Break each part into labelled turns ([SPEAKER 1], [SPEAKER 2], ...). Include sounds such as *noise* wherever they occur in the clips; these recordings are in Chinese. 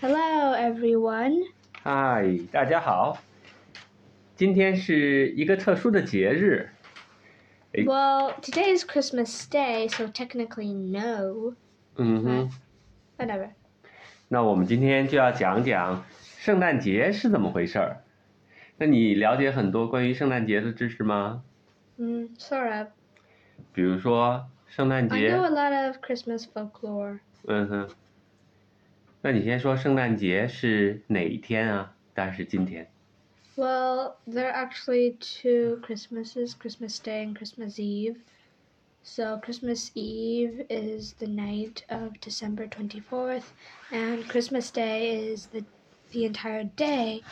[SPEAKER 1] Hello, everyone.
[SPEAKER 2] 嗨，大家好，今天是一个特殊的节日，Eh.
[SPEAKER 1] Well, today is Christmas Day, so technically no.
[SPEAKER 2] 嗯哼，
[SPEAKER 1] Whatever.
[SPEAKER 2] 那我们今天就要讲讲圣诞节是怎么回事儿。那你了解很多关于圣诞节的知识吗？
[SPEAKER 1] Mm, sort of.
[SPEAKER 2] 比如说圣诞
[SPEAKER 1] I
[SPEAKER 2] 节
[SPEAKER 1] know，a lot of Christmas folklore.
[SPEAKER 2] 嗯哼，那你先说圣诞节是哪一天啊？当然是今天。
[SPEAKER 1] Well, there are actually two Christmases Christmas Day and Christmas Eve. So, Christmas Eve is the night of December 24th, and Christmas Day is the, the entire day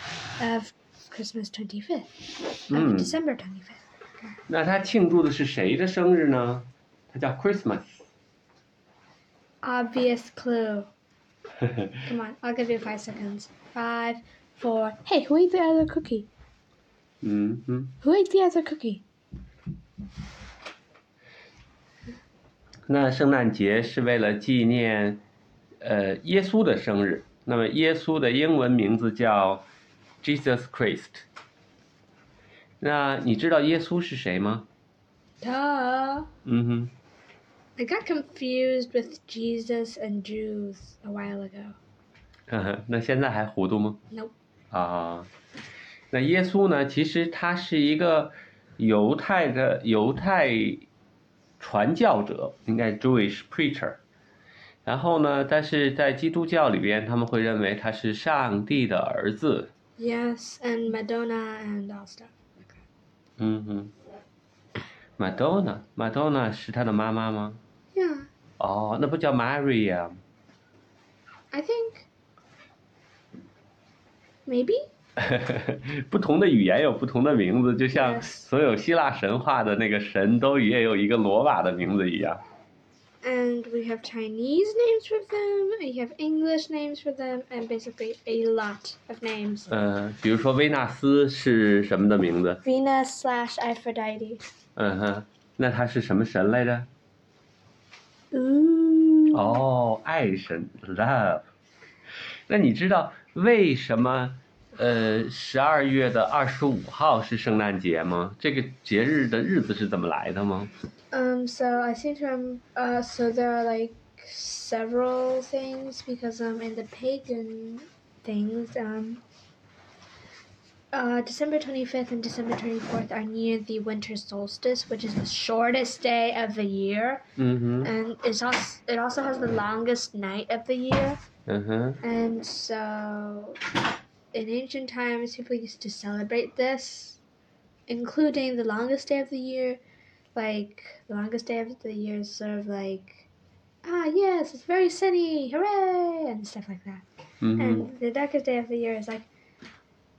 [SPEAKER 1] of Christmas 25th, of
[SPEAKER 2] 嗯，
[SPEAKER 1] December 25th.
[SPEAKER 2] 那他庆祝的是谁的生日呢？他叫 Christmas。 *laughs*
[SPEAKER 1] Obvious clue. Come on, I'll give you five seconds. Five, four. Hey, who ate the other cookie?
[SPEAKER 2] 嗯哼。
[SPEAKER 1] Who ate the other cookie?
[SPEAKER 2] 那圣诞节是为了纪念，呃，耶稣的生日。那么耶稣的英文名字叫 Jesus Christ。那你知道耶稣是谁吗？
[SPEAKER 1] Duh.
[SPEAKER 2] 嗯哼，
[SPEAKER 1] I got confused with Jesus and Jews a while ago.
[SPEAKER 2] 呵呵嗯那现在还糊涂吗？
[SPEAKER 1] Nope.
[SPEAKER 2] 啊，那耶稣呢？其实他是一个犹太的犹太传教者，应该 Jewish preacher。然后呢，但是在基督教里边，他们会认为他是上帝的儿子。
[SPEAKER 1] Yes, and Madonna and all stuff.
[SPEAKER 2] 嗯哼，Madonna，Madonna 是她的妈妈吗？
[SPEAKER 1] Yeah,
[SPEAKER 2] 哦，那不叫 Mary 呀、
[SPEAKER 1] I think. Maybe?
[SPEAKER 2] *laughs* 不同的语言有不同的名字，就像
[SPEAKER 1] Yes.
[SPEAKER 2] 所有希腊神话的那个神都也有一个罗马的名字一样。
[SPEAKER 1] And we have Chinese names for them, we have English names for them, and basically a lot of names.
[SPEAKER 2] 嗯、比如说维纳斯是什么的名字？
[SPEAKER 1] Venus slash Aphrodite.
[SPEAKER 2] 嗯哼，那她是什么神来着？
[SPEAKER 1] Ooh.
[SPEAKER 2] *laughs* Oh. 哦，爱神 love。那你知道为什么呃十二月的二十五号是圣诞节吗？这个节日的日子是怎么来的吗？
[SPEAKER 1] Um, so I seem to remember, uh, so there are like several things because, um, in the pagan things, um, uh, December 25th and December 24th are near the winter solstice, which is the shortest day of the year,
[SPEAKER 2] 嗯哼，
[SPEAKER 1] and it's also, it also has the longest night of the year.
[SPEAKER 2] 嗯哼，
[SPEAKER 1] And so, in ancient times, people used to celebrate this, including the longest day of the year. Like, the longest day of the year is sort of like, ah, yes, it's very sunny, hooray, and stuff like that.
[SPEAKER 2] 嗯哼，
[SPEAKER 1] And the darkest day of the year is like,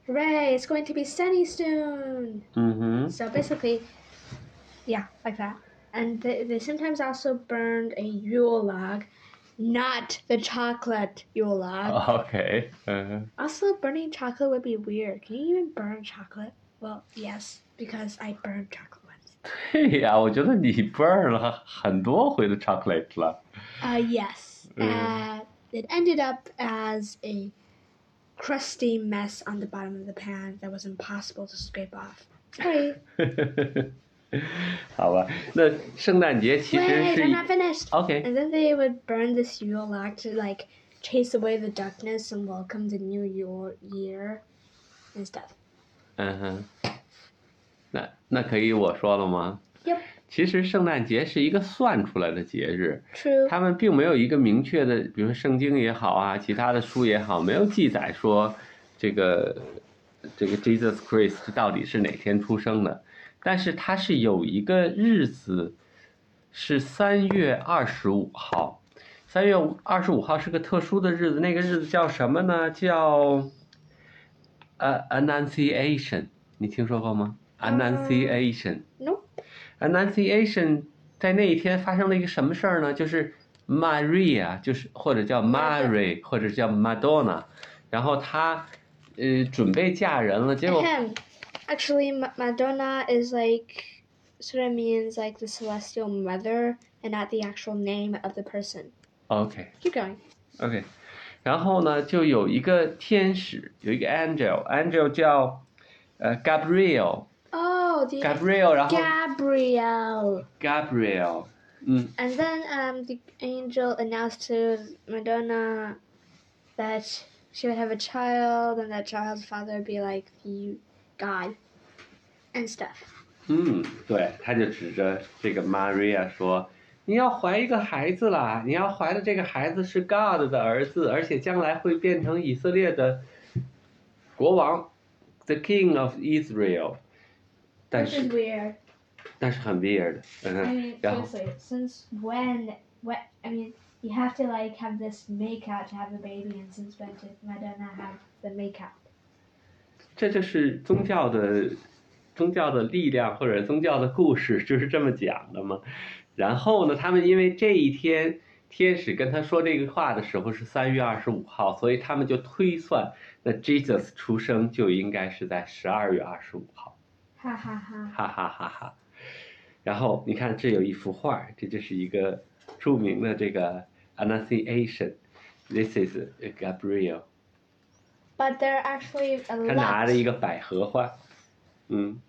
[SPEAKER 1] hooray, it's going to be sunny soon.
[SPEAKER 2] 嗯哼，
[SPEAKER 1] So basically, yeah, like that. And they, they sometimes also burned a Yule log, not the chocolate Yule log.
[SPEAKER 2] OK，嗯哼，
[SPEAKER 1] Also, burning chocolate would be weird. Can you even burn chocolate? Well, yes, because I burned chocolate once.
[SPEAKER 2] 对呀，我觉得你 burn 了很多回的 chocolate 了。 *laughs*
[SPEAKER 1] Uh, yes.
[SPEAKER 2] Mm.
[SPEAKER 1] Uh, it ended up as a crusty mess on the bottom of the pan that was impossible to scrape off. Sorry.
[SPEAKER 2] 好吧，那圣诞节其实
[SPEAKER 1] Wait,
[SPEAKER 2] 是
[SPEAKER 1] I'm not finished.
[SPEAKER 2] OK，
[SPEAKER 1] And then they would burn this Yule log to like chase away the darkness and welcome the new Yule year and stuff.
[SPEAKER 2] 嗯哼，那那可以我说了吗？
[SPEAKER 1] Yep.
[SPEAKER 2] 其实圣诞节是一个算出来的节日，
[SPEAKER 1] True.
[SPEAKER 2] 他们并没有一个明确的，比如说圣经也好啊，其他的书也好，没有记载说这个这个 Jesus Christ 到底是哪天出生的。但是它是有一个日子，是三月二十五号。三月二十五号是个特殊的日子，那个日子叫什么呢？叫呃 Annunciation，你听说过吗？Annunciation。
[SPEAKER 1] Nope.
[SPEAKER 2] Annunciation 在那一天发生了一个什么事儿呢？就是 Maria，就是或者叫 Mary，或者叫 Madonna，然后她呃准备嫁人了，结果
[SPEAKER 1] Ahem. Actually, Ma- Madonna is like sort of means like the celestial mother and not the actual name of the person.
[SPEAKER 2] *laughs* OK
[SPEAKER 1] Keep going.
[SPEAKER 2] OK，然后呢，就有一个天使，有一个 angel，angel 叫呃 Gabriel，Gabriel，
[SPEAKER 1] Oh, the
[SPEAKER 2] 然后
[SPEAKER 1] Gabriel.
[SPEAKER 2] Gabriel，嗯，
[SPEAKER 1] And then um, the angel announced to Madonna that she would have a child, and that child's father would be like the God and stuff.
[SPEAKER 2] 嗯，对，他就指着这个 Maria 说：“你要怀一个孩子啦，你要怀的这个孩子是 God 的儿子，而且将来会变成以色列的国王，the King of Israel。”但
[SPEAKER 1] Which is
[SPEAKER 2] 是
[SPEAKER 1] weird.
[SPEAKER 2] 但是很 weird，
[SPEAKER 1] I
[SPEAKER 2] 嗯，
[SPEAKER 1] mean, seriously, since when? What I mean, you have to like have this makeout to have a baby, and since when did Madonna have the makeout?
[SPEAKER 2] 这就是宗教的宗教的力量或者宗教的故事就是这么讲的嘛。然后呢，他们因为这一天天使跟他说这个话的时候是三月二十五号，所以他们就推算那 Jesus 出生就应该是在十二月二十五号，
[SPEAKER 1] Ha ha ha.
[SPEAKER 2] 哈哈哈哈。然后你看，这有一幅画，这就是一个著名的这个 Annunciation。This is Gabriel，
[SPEAKER 1] But there are actually a
[SPEAKER 2] 他拿
[SPEAKER 1] lot.
[SPEAKER 2] 着一个百合花，嗯。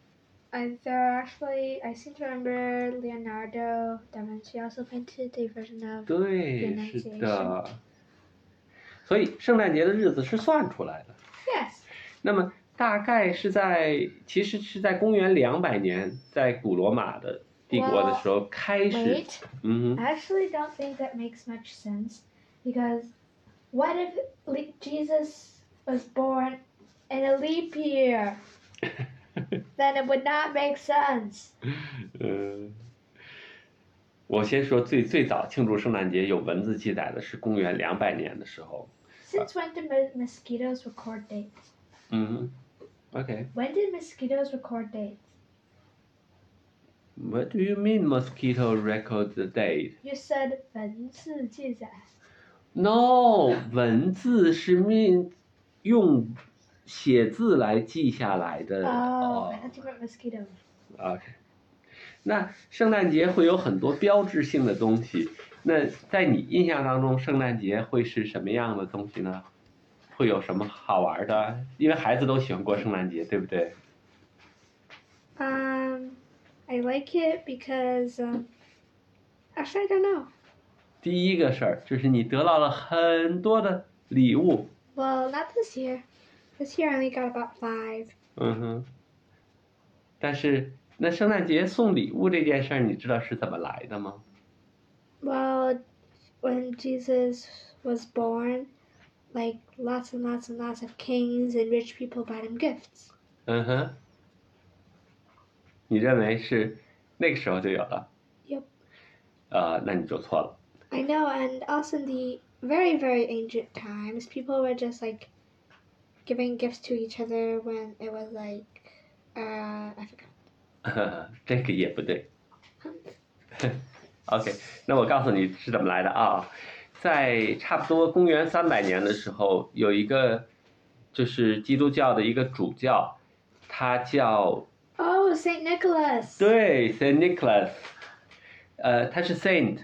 [SPEAKER 1] I, there are actually, I seem to remember Leonardo da Vinci also painted a version of.
[SPEAKER 2] 对，
[SPEAKER 1] Pronunciation
[SPEAKER 2] 是的。所以圣诞节的日子是算出来的。
[SPEAKER 1] Yes.
[SPEAKER 2] 那么大概是在，其实是在公元两百年，在古罗马的帝国的时候开始，
[SPEAKER 1] Wait.
[SPEAKER 2] 嗯哼，
[SPEAKER 1] I actually don't think that makes much sense because what if le- Jesus was born in a leap year? then it would not make sense.
[SPEAKER 2] 嗯。我先说最最早庆祝圣诞节有文字记载的是公元两百年的时候，
[SPEAKER 1] Since when do mo- mosquitoes record dates?
[SPEAKER 2] 嗯哼，OK。
[SPEAKER 1] When did mosquitoes record dates?
[SPEAKER 2] What do you mean mosquito record the date?
[SPEAKER 1] You said 文字记载.
[SPEAKER 2] No，文字是命用写字来记下来的。哦
[SPEAKER 1] Oh,
[SPEAKER 2] uh.
[SPEAKER 1] I thought you meant mosquitoes.
[SPEAKER 2] OK。那圣诞节会有很多标志性的东西。那在你印象当中，圣诞节会是什么样的东西呢？会有什么好玩的？因为孩子都喜欢过圣诞节，对不对？
[SPEAKER 1] Um, I like it because um, actually I don't know.
[SPEAKER 2] 第一个事儿就是你得到了很多的礼物。
[SPEAKER 1] Well, not this year. This year I only got about five.
[SPEAKER 2] 嗯哼。但是，那圣诞节送礼物这件事儿，你知道是怎么来的吗？
[SPEAKER 1] Well, when Jesus was born, like lots and lots and lots of kings and rich people bought him gifts.
[SPEAKER 2] 嗯哼，你认为是那个时候就有了？
[SPEAKER 1] Yep.
[SPEAKER 2] 呃，那你就错了。 *laughs*
[SPEAKER 1] I know, and also in the very, very ancient times, people were just like giving gifts to each other when it was like, uh, I forgot.
[SPEAKER 2] 这个也不对。OK，那我告诉你是怎么来的啊，在差不多公元三百年的时候，有一个就是基督教的一个主教，他叫
[SPEAKER 1] Oh, Saint Nicholas.
[SPEAKER 2] 对 Saint Nicholas，呃，他是 Saint，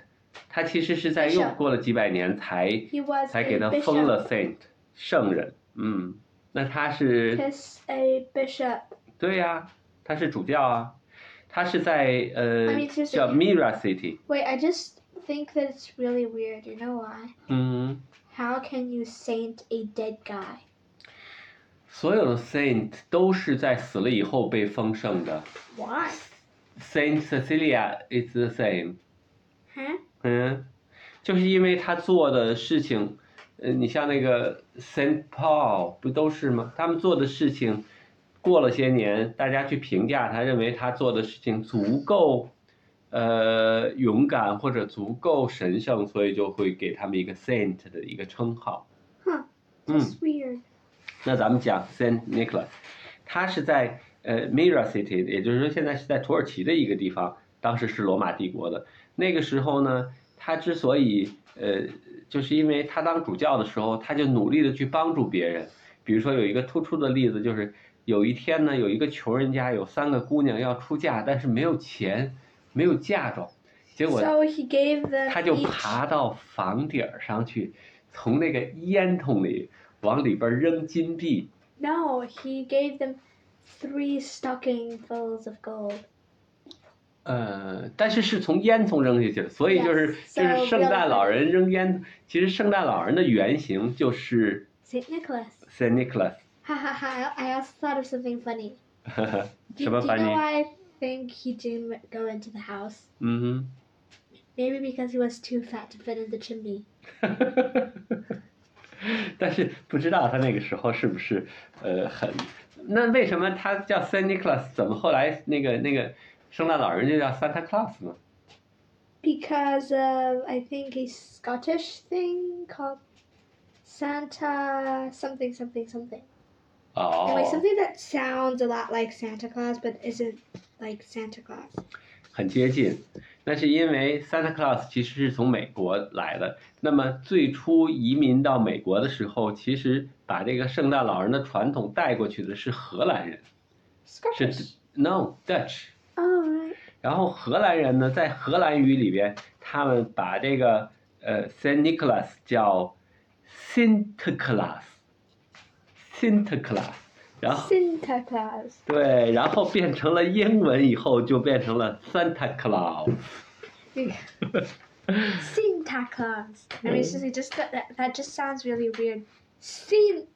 [SPEAKER 2] 他其实是在又
[SPEAKER 1] Bishop
[SPEAKER 2] 过了几百年才
[SPEAKER 1] He was
[SPEAKER 2] 才给
[SPEAKER 1] a
[SPEAKER 2] 他封
[SPEAKER 1] bishop.
[SPEAKER 2] 了 Saint 圣人，嗯，那他是
[SPEAKER 1] Kiss a bishop.
[SPEAKER 2] 对呀、他是主教啊，他是在
[SPEAKER 1] I
[SPEAKER 2] 呃
[SPEAKER 1] mean, seriously.
[SPEAKER 2] 叫 Mira City，
[SPEAKER 1] Wait, I just think that it's really weird. You know why?
[SPEAKER 2] 嗯，
[SPEAKER 1] How can you saint a dead guy?
[SPEAKER 2] 所有的 Saint 都是在死了以后被封圣的
[SPEAKER 1] Why?
[SPEAKER 2] ，Saint Cecilia is the same，
[SPEAKER 1] Huh?
[SPEAKER 2] 嗯，就是因为他做的事情，呃，你像那个 Saint Paul 不都是吗？他们做的事情，过了些年，大家去评价他，认为他做的事情足够，呃，勇敢或者足够神圣，所以就会给他们一个 Saint 的一个称号。
[SPEAKER 1] Huh.
[SPEAKER 2] 嗯，
[SPEAKER 1] That's weird.
[SPEAKER 2] 那咱们讲 Saint Nicholas，他是在呃 Mira City，也就是说现在是在土耳其的一个地方，当时是罗马帝国的。那个时候呢，他之所以呃，就是因为他当主教的时候，他就努力的去帮助别人。比如说有一个突出的例子，就是有一天呢，有一个穷人家有三个姑娘要出嫁，但是没有钱，没有嫁妆，结果
[SPEAKER 1] So he gave them
[SPEAKER 2] 他就
[SPEAKER 1] each.
[SPEAKER 2] 爬到房顶儿上去，从那个烟筒里往里边扔金币。
[SPEAKER 1] No, he gave them three stockingfuls of gold.
[SPEAKER 2] 呃，但是是从烟囱扔下去的，所以就是
[SPEAKER 1] Yes, so
[SPEAKER 2] 就是圣诞老人扔烟。其实圣诞老人的原型就是
[SPEAKER 1] Saint Nicholas.
[SPEAKER 2] Saint Nicholas，
[SPEAKER 1] Ha ha ha! I I also thought of something funny.
[SPEAKER 2] 呵呵
[SPEAKER 1] Do, do
[SPEAKER 2] *laughs* 什么
[SPEAKER 1] you know
[SPEAKER 2] 翻译？
[SPEAKER 1] why I think he didn't go into the house?
[SPEAKER 2] 嗯
[SPEAKER 1] Maybe because he was too fat to fit in the chimney.
[SPEAKER 2] 哼， *laughs* 但是不知道他那个时候是不是呃很，那为什么他叫 Saint Nicholas？怎么后来那个那个圣诞老人就叫 Santa Claus 呢？
[SPEAKER 1] Because of I think a Scottish thing called Santa something something something.
[SPEAKER 2] 哦
[SPEAKER 1] Like something that sounds a lot like Santa Claus but isn't like Santa Claus.
[SPEAKER 2] 很接近。那是因为 Santa Claus 其实是从美国来的。那么最初移民到美国的时候，其实把这个圣诞老人的传统带过去的是荷兰人，
[SPEAKER 1] Scottish.
[SPEAKER 2] 是 No Dutch。
[SPEAKER 1] Oh right.
[SPEAKER 2] 然后荷兰人呢，在荷兰语里边，他们把这个呃 Saint Nicholas 叫 Saint Claus，Saint Claus，然后
[SPEAKER 1] Santa Claus.
[SPEAKER 2] 对，然后变成了英文以后就变成了 Santa Claus。
[SPEAKER 1] Santa Claus. I mean, Susie, just that, that that just sounds really weird. Sin.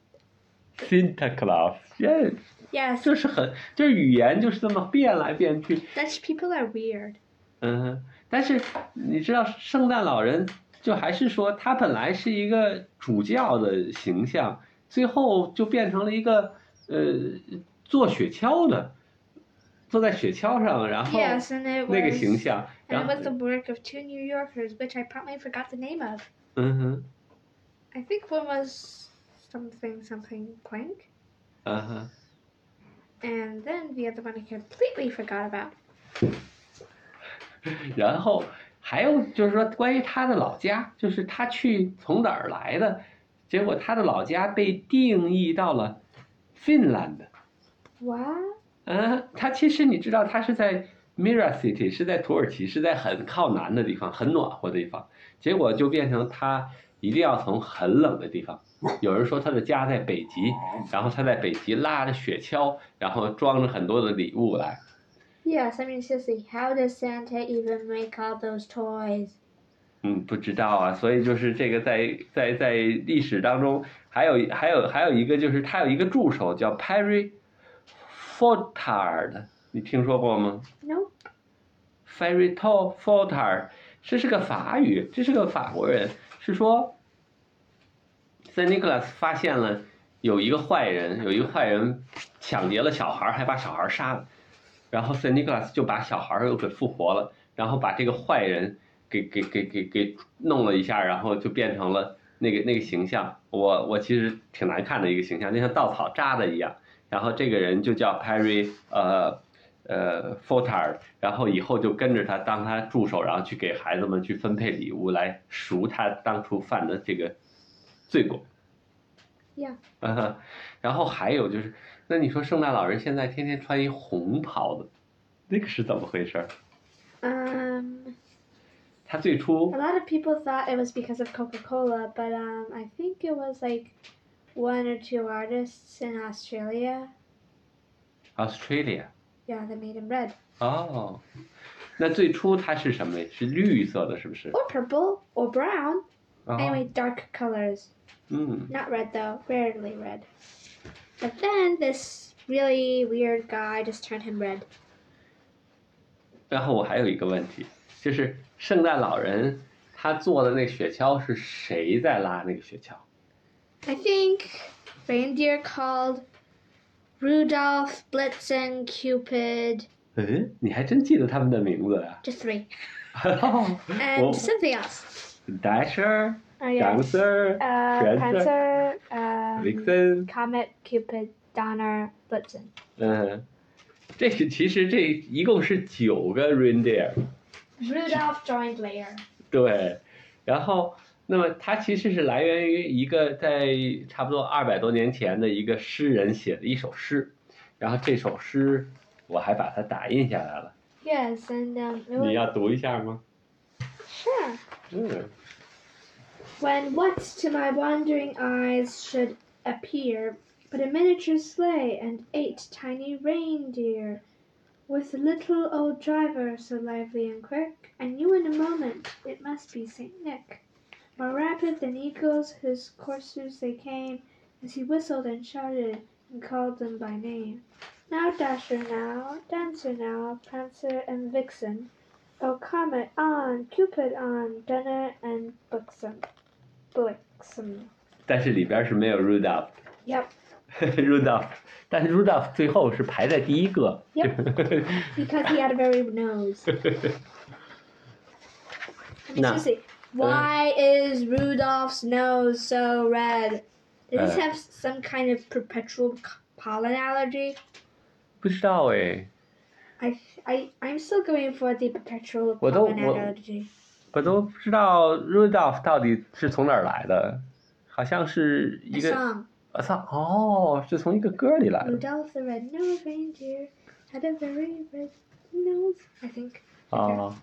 [SPEAKER 2] Santa Claus，耶，
[SPEAKER 1] Yes,
[SPEAKER 2] 就是很，就是语言就是这么变来变去，
[SPEAKER 1] Dutch people are weird.
[SPEAKER 2] 嗯，但是你知道圣诞老人就还是说他本来是一个主教的形象，最后就变成了一个呃坐雪橇的，坐在雪橇上，然后
[SPEAKER 1] Yes, 哎 and it
[SPEAKER 2] 那个形
[SPEAKER 1] was.
[SPEAKER 2] 象，然
[SPEAKER 1] And
[SPEAKER 2] 后
[SPEAKER 1] it was the work of two New Yorkers, which I promptly forgot the name of.
[SPEAKER 2] 嗯哼，
[SPEAKER 1] I think one was something something Plank,
[SPEAKER 2] 嗯哼，
[SPEAKER 1] and then the other one I completely forgot about.
[SPEAKER 2] 然后还有就是说关于他的老家，就是他去从哪儿来的，结果他的老家被定义到了芬兰的。
[SPEAKER 1] What?
[SPEAKER 2] 嗯，它其实你知道，它是在 Mira City，是在土耳其，是在很靠南的地方，很暖和的地方。结果就变成它一定要从很冷的地方。有人说他的家在北极，然后他在北极拉着雪橇，然后装着很多的礼物来。
[SPEAKER 1] Yes, I mean, seriously, how does Santa even make all those toys?
[SPEAKER 2] 嗯，不知道啊，所以就是这个在在在历史当中，还有还有还有一个就是他有一个助手叫 Perry Fortard，你听说过吗？
[SPEAKER 1] Nope.
[SPEAKER 2] Ferry t o f o r t e r 这是个法语，这是个法国人，是说，Saint Nicholas 发现了有一个坏人，有一个坏人抢劫了小孩儿，还把小孩儿杀了，然后 Saint Nicholas 就把小孩儿又给复活了，然后把这个坏人给给给给给弄了一下，然后就变成了那个那个形象，我我其实挺难看的一个形象，就像稻草扎的一样，然后这个人就叫 Perry 呃。呃 f o t a r 然后以后就跟着他当他助手，然后去给孩子们去分配礼物，来赎他当初犯的这个罪过。
[SPEAKER 1] Yeah.
[SPEAKER 2] 嗯哼，然后还有就是，那你说圣诞老人现在天天穿一红袍子，那个是怎么回事儿？
[SPEAKER 1] Um.
[SPEAKER 2] 他最初
[SPEAKER 1] A lot of people thought it was because of Coca Cola, but um, I think it was like one or two artists in Australia.
[SPEAKER 2] Australia
[SPEAKER 1] Yeah, that made him red
[SPEAKER 2] 哦，那最初它是什么？是绿色的，是不是？
[SPEAKER 1] or purple or brown.
[SPEAKER 2] 哦
[SPEAKER 1] Anyway, dark colors.
[SPEAKER 2] 嗯
[SPEAKER 1] Not red though, rarely red. But then this really weird guy just turned him red.
[SPEAKER 2] 然后我还有一个问题，就是圣诞老人他坐的那个雪橇是谁在拉那个雪橇？
[SPEAKER 1] I think reindeer called Rudolph, Blitzen, Cupid,
[SPEAKER 2] 嗯，你还真记得他们的名
[SPEAKER 1] *laughs*
[SPEAKER 2] 字啊
[SPEAKER 1] just three,
[SPEAKER 2] 我
[SPEAKER 1] and something else.
[SPEAKER 2] Dasher、
[SPEAKER 1] Oh
[SPEAKER 2] Dancer、
[SPEAKER 1] Uh,
[SPEAKER 2] Prancer、
[SPEAKER 1] Prancer, um,
[SPEAKER 2] Vixen，
[SPEAKER 1] Comet, Cupid, Donner, Blitzen.
[SPEAKER 2] 嗯，这是其实这一共是九个 reindeer，
[SPEAKER 1] Rudolph joined later.
[SPEAKER 2] 对，然后那么它其实是来源于一个在差不多二百多年前的一个诗人写的一首诗，然后这首诗我还把它打印下来了，
[SPEAKER 1] Yes, and um, it
[SPEAKER 2] 你
[SPEAKER 1] was,
[SPEAKER 2] 要读一下吗？
[SPEAKER 1] sure.
[SPEAKER 2] 嗯，
[SPEAKER 1] When what to my wandering eyes should appear but a miniature sleigh and eight tiny reindeer, with little old driver so lively and quick, I knew in a moment it must be Saint Nick. More rapid than eagles his coursers they came, as he whistled and shouted and called them by name. Now Dasher, now Dancer, now Prancer and Vixen. Oh, Comet on, Cupid on, Dunner and Blixen. Blixen.
[SPEAKER 2] 但是里边是没有 Rudolph。
[SPEAKER 1] Yep,
[SPEAKER 2] *laughs* Rudolph，但是 Rudolph 最后是排在第一个。
[SPEAKER 1] because he had a very nose. Let me
[SPEAKER 2] No.
[SPEAKER 1] just see. Why is Rudolph's nose so red? Does he
[SPEAKER 2] Uh.
[SPEAKER 1] have some kind of perpetual c- pollen allergy?
[SPEAKER 2] *laughs* 不知道哎
[SPEAKER 1] I, I, I'm still going for the perpetual
[SPEAKER 2] Well, don't-
[SPEAKER 1] pollen
[SPEAKER 2] well-
[SPEAKER 1] allergy.
[SPEAKER 2] 我都不知道 Rudolph 到底是从哪儿来的，好像是一
[SPEAKER 1] A
[SPEAKER 2] 个
[SPEAKER 1] song.
[SPEAKER 2] 我操哦，是从一个歌里来的
[SPEAKER 1] Rudolph the red-nosed reindeer had a very red nose. I think.
[SPEAKER 2] 哦。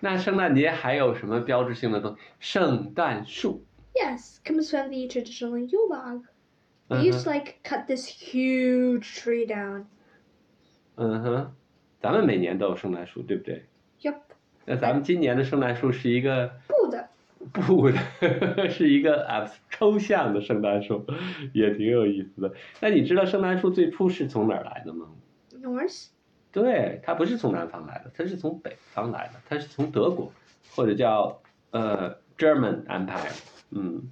[SPEAKER 2] 那圣诞节还有什么标志性的东西？圣诞树。
[SPEAKER 1] Yes, comes from the traditional Yule log. They
[SPEAKER 2] 嗯
[SPEAKER 1] used to
[SPEAKER 2] 哼，
[SPEAKER 1] like cut this huge tree down.
[SPEAKER 2] 嗯哼，咱们每年都有圣诞树，对不对？
[SPEAKER 1] Yup.
[SPEAKER 2] 那咱们今年的圣诞树是一个布的， *laughs* 是一个啊抽象的圣诞树，也挺有意思的。那你知道圣诞树最初是从哪儿来的吗？
[SPEAKER 1] Norse.
[SPEAKER 2] 对，它不是从南方来的，它是从北方来的，它是从德国或者叫呃 German Empire，嗯，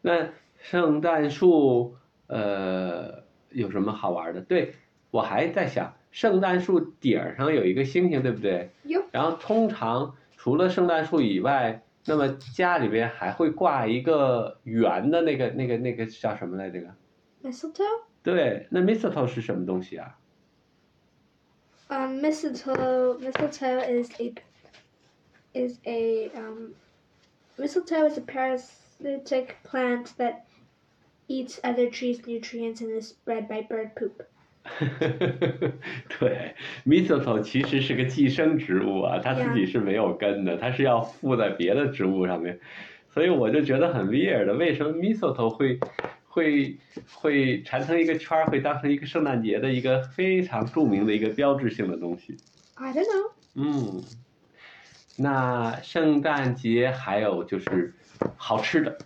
[SPEAKER 2] 那圣诞树呃有什么好玩的？对我还在想，圣诞树顶儿上有一个星星，对不对？
[SPEAKER 1] Yup.
[SPEAKER 2] 然后通常除了圣诞树以外，那么家里边还会挂一个圆的那个那个那个叫什么来着？这个
[SPEAKER 1] Mistletoe.
[SPEAKER 2] 对，那 mistletoe 是什么东西啊？ *laughs*
[SPEAKER 1] Um, mistletoe. Mistletoe is a is a um, mistletoe is a parasitic plant that eats other trees' nutrients and is spread by bird poop.
[SPEAKER 2] 对，mistletoe 其实是个寄生植物啊，它自己是没有根的，它是要附在别的植物上面，所以我就觉得很 weird，的为什么 mistletoe 会会会缠成一个圈儿，会当成一个圣诞节的一个非常著名的一个标志性的东西。
[SPEAKER 1] I don't know.
[SPEAKER 2] 嗯，那圣诞节还有就是好吃的。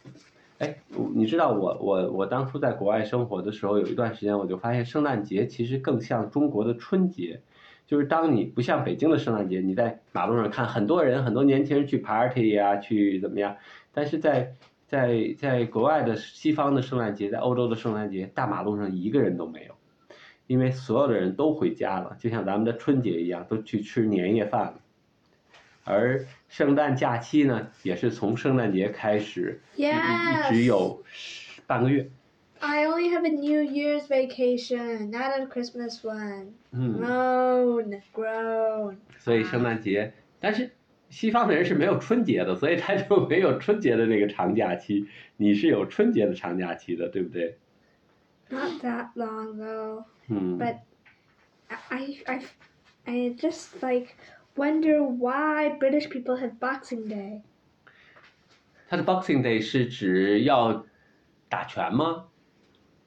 [SPEAKER 2] 哎，你知道我我我当初在国外生活的时候，有一段时间我就发现圣诞节其实更像中国的春节，就是当你不像北京的圣诞节，你在马路上看很多人，很多年轻人去 party 呀、去怎么样，但是在在在国外的西方的圣诞节，在欧洲的圣诞节，大马路上一个人都没有。因为所有的人都回家了，就像咱们的春节一样，都去吃年夜饭了。而圣诞假期呢，也是从圣诞节开始，一一
[SPEAKER 1] Yes.
[SPEAKER 2] 一直有十半个月。
[SPEAKER 1] I only have a New Year's vacation, not a Christmas one.
[SPEAKER 2] 嗯，
[SPEAKER 1] Grown, grown.
[SPEAKER 2] 所以圣诞节，但是西方的人是没有春节的，所以他就没有春节的那个长假期。你是有春节的长假期的，对不对？
[SPEAKER 1] Not that long though.
[SPEAKER 2] 嗯，
[SPEAKER 1] But I, I, I, I just like wonder why British people have Boxing Day.
[SPEAKER 2] 他的 Boxing Day 是指要打拳吗？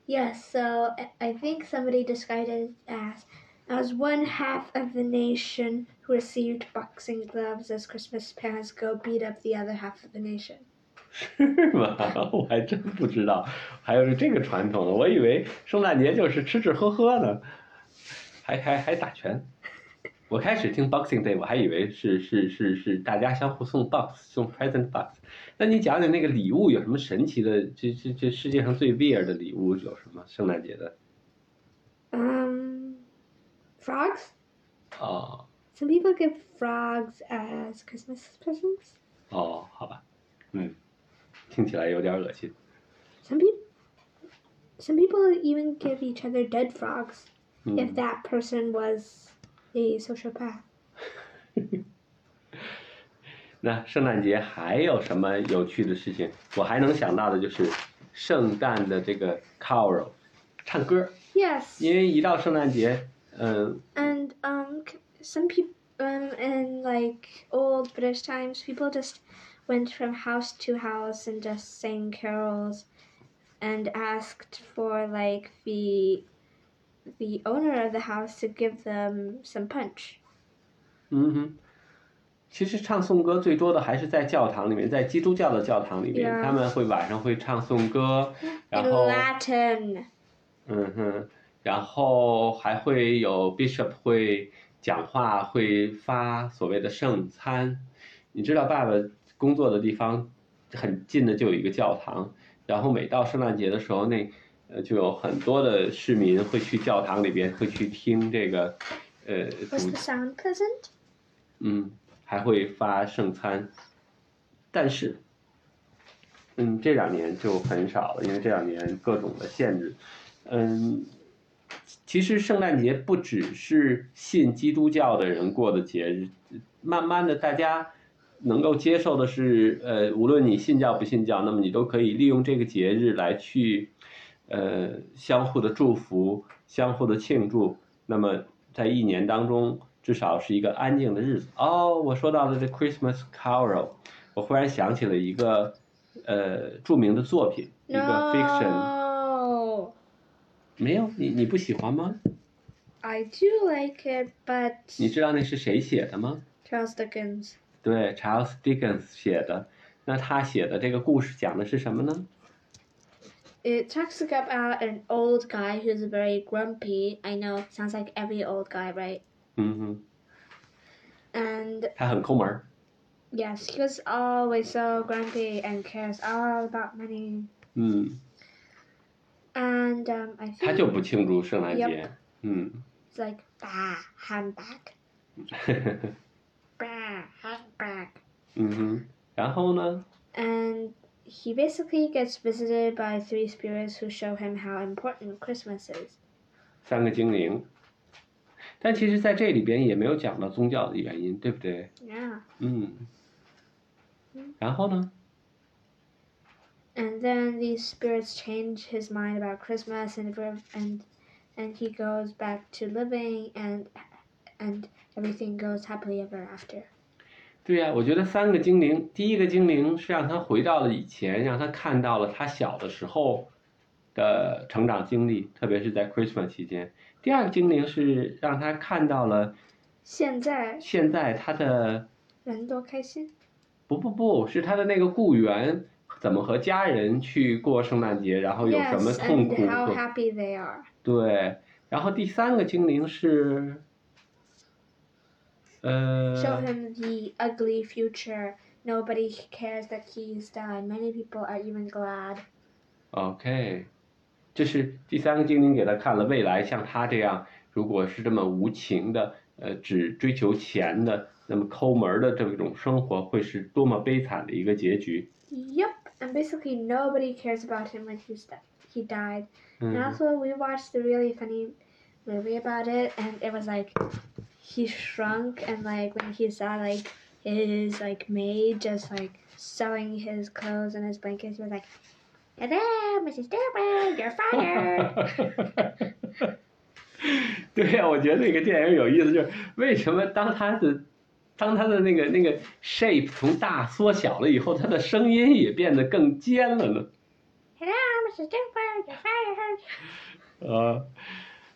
[SPEAKER 1] Yes, so I- I think somebody described it as as one half of the nation who received boxing gloves as Christmas parents go beat up the other half of the nation.
[SPEAKER 2] *laughs* 是吗？我还真不知道，还有这个传统呢。我以为圣诞节就是吃吃喝喝呢，还还还打拳。我开始听 Boxing Day，我还以为是是是是大家相互送 box 送 present box。那你讲讲那个礼物有什么神奇的？这这这世界上最 weird 的礼物有什么？圣诞节的
[SPEAKER 1] Um, frogs.
[SPEAKER 2] 哦
[SPEAKER 1] Some people give frogs as Christmas presents.
[SPEAKER 2] 哦，好吧，嗯，听起来有点恶心。
[SPEAKER 1] Some people, some people even give each other dead frogs
[SPEAKER 2] 嗯
[SPEAKER 1] if that person was a sociopath.
[SPEAKER 2] 那圣诞节还有什么有趣的事情？我还能想到的就是圣诞的这个 carol，唱歌儿。
[SPEAKER 1] Yes,
[SPEAKER 2] 因为一到圣诞节，嗯、
[SPEAKER 1] and um, c- some people um, in like old British times, people just went from house to house and just sang carols and asked for like the the owner of the house to give them some punch.
[SPEAKER 2] 嗯哼，其实唱颂歌最多的还是在教堂里面，在基督教的教堂里面
[SPEAKER 1] Yeah.
[SPEAKER 2] 他们会晚上会唱颂歌，然
[SPEAKER 1] In
[SPEAKER 2] 后
[SPEAKER 1] Latin.
[SPEAKER 2] 嗯哼，然后还会有 bishop 会讲话，会发所谓的圣餐。你知道爸爸工作的地方很近的就有一个教堂，然后每到圣诞节的时候，那呃就有很多的市民会去教堂里边，会去听这个呃
[SPEAKER 1] Was
[SPEAKER 2] 主
[SPEAKER 1] the sound pleasant?
[SPEAKER 2] 嗯，还会发圣餐，但是，嗯，这两年就很少了，因为这两年各种的限制。嗯，其实圣诞节不只是信基督教的人过的节日，慢慢的大家能够接受的是，呃，无论你信教不信教，那么你都可以利用这个节日来去，呃，相互的祝福，相互的庆祝。那么在一年当中，至少是一个安静的日子。哦，我说到了这 Christmas Carol，我忽然想起了一个，呃，著名的作品，一个
[SPEAKER 1] 啊
[SPEAKER 2] fiction。
[SPEAKER 1] No.
[SPEAKER 2] 没有，你你不喜欢吗？
[SPEAKER 1] I do like it, but
[SPEAKER 2] 你知道那是谁写的吗？
[SPEAKER 1] Charles Dickens.
[SPEAKER 2] 对，Charles Dickens 写的。那他写的这个故事讲的是什么呢？
[SPEAKER 1] It talks about an old guy who's very grumpy. I know, sounds like every old guy, right?
[SPEAKER 2] 嗯哼，
[SPEAKER 1] And
[SPEAKER 2] 他很抠门儿。
[SPEAKER 1] yes, he was always so grumpy and cares all about money.
[SPEAKER 2] 嗯，
[SPEAKER 1] And um, I
[SPEAKER 2] 他就
[SPEAKER 1] think
[SPEAKER 2] 不庆祝圣诞节
[SPEAKER 1] Yep.。
[SPEAKER 2] 嗯，
[SPEAKER 1] it's like, bah, handbag, bah, handbag.
[SPEAKER 2] *laughs* 嗯哼，然后呢？
[SPEAKER 1] And he basically gets visited by three spirits who show him how important Christmas is.
[SPEAKER 2] 三个精灵。但其实，在这里边也没有讲到宗教的原因，对不对？
[SPEAKER 1] Yeah.
[SPEAKER 2] 嗯。然后呢？
[SPEAKER 1] And then these spirits change his mind about Christmas and ver- and and he goes back to living and and everything goes happily ever after.
[SPEAKER 2] 对呀、我觉得三个精灵，第一个精灵是让他回到了以前，让他看到了他小的时候的成长经历，特别是在 Christmas 期间。第二个精灵是让他看到了现在他的
[SPEAKER 1] 现在人多开心。
[SPEAKER 2] 不不不是他的那个雇员怎么和家人去过圣诞节，然后有什么
[SPEAKER 1] Yes, and
[SPEAKER 2] 痛苦
[SPEAKER 1] how
[SPEAKER 2] 和
[SPEAKER 1] happy they are.
[SPEAKER 2] 对，然后第三个精灵是，呃，
[SPEAKER 1] Show him the ugly future. Nobody cares that he's died. Many people are even glad.
[SPEAKER 2] OK，这是第三个精灵给他看了未来，像他这样，如果是这么无情的，呃，只追求钱的，那么抠门儿的这种生活，会是多么悲惨的一个结局。
[SPEAKER 1] Yep, and basically nobody cares about him when he's di- he died. And
[SPEAKER 2] 嗯，
[SPEAKER 1] also, we watched a really funny movie about it, and it was like he shrunk, and like when he saw like his like maid just like sewing his clothes and his blankets, he was like, "Hello, Mrs. Dilbert, you're
[SPEAKER 2] *laughs*
[SPEAKER 1] fired."
[SPEAKER 2] 对呀、我觉得那个电影有意思，就是为什么当他的。当他的那个那个 shape 从大缩小了以后，他的声音也变得更尖了呢。
[SPEAKER 1] Hello, Mrs. Dilbert, you're fired.
[SPEAKER 2] 呃，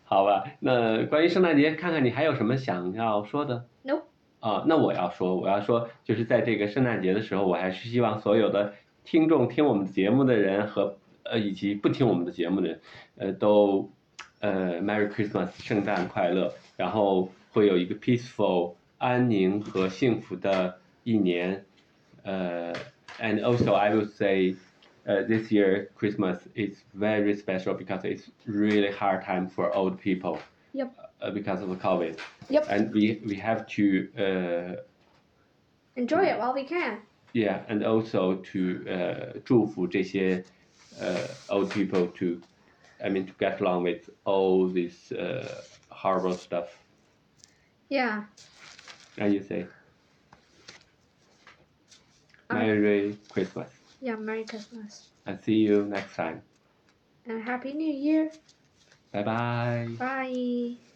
[SPEAKER 2] 好吧，那关于圣诞节，看看你还有什么想要说的
[SPEAKER 1] Nope.
[SPEAKER 2] 啊？那我要说，我要说，就是在这个圣诞节的时候，我还是希望所有的听众、听我们节目的人和呃以及不听我们的节目的人，呃，都呃 Merry Christmas，圣诞快乐，然后会有一个 peaceful、安宁和幸福的一年。呃，and also I will say。uh, this year Christmas is very special because it's really hard time for old people.
[SPEAKER 1] Yep.
[SPEAKER 2] Uh, because of the COVID,
[SPEAKER 1] Yep.
[SPEAKER 2] and we we have to uh,
[SPEAKER 1] Enjoy it while we can.
[SPEAKER 2] yeah, and also to uh, 祝福这些 uh, old people to, I mean to get along with all this uh, horrible stuff.
[SPEAKER 1] Yeah.
[SPEAKER 2] And you say,
[SPEAKER 1] Um,
[SPEAKER 2] Merry Christmas,
[SPEAKER 1] Yeah. Merry Christmas
[SPEAKER 2] and see you next time.
[SPEAKER 1] and Happy New Year.
[SPEAKER 2] Bye bye.
[SPEAKER 1] Bye.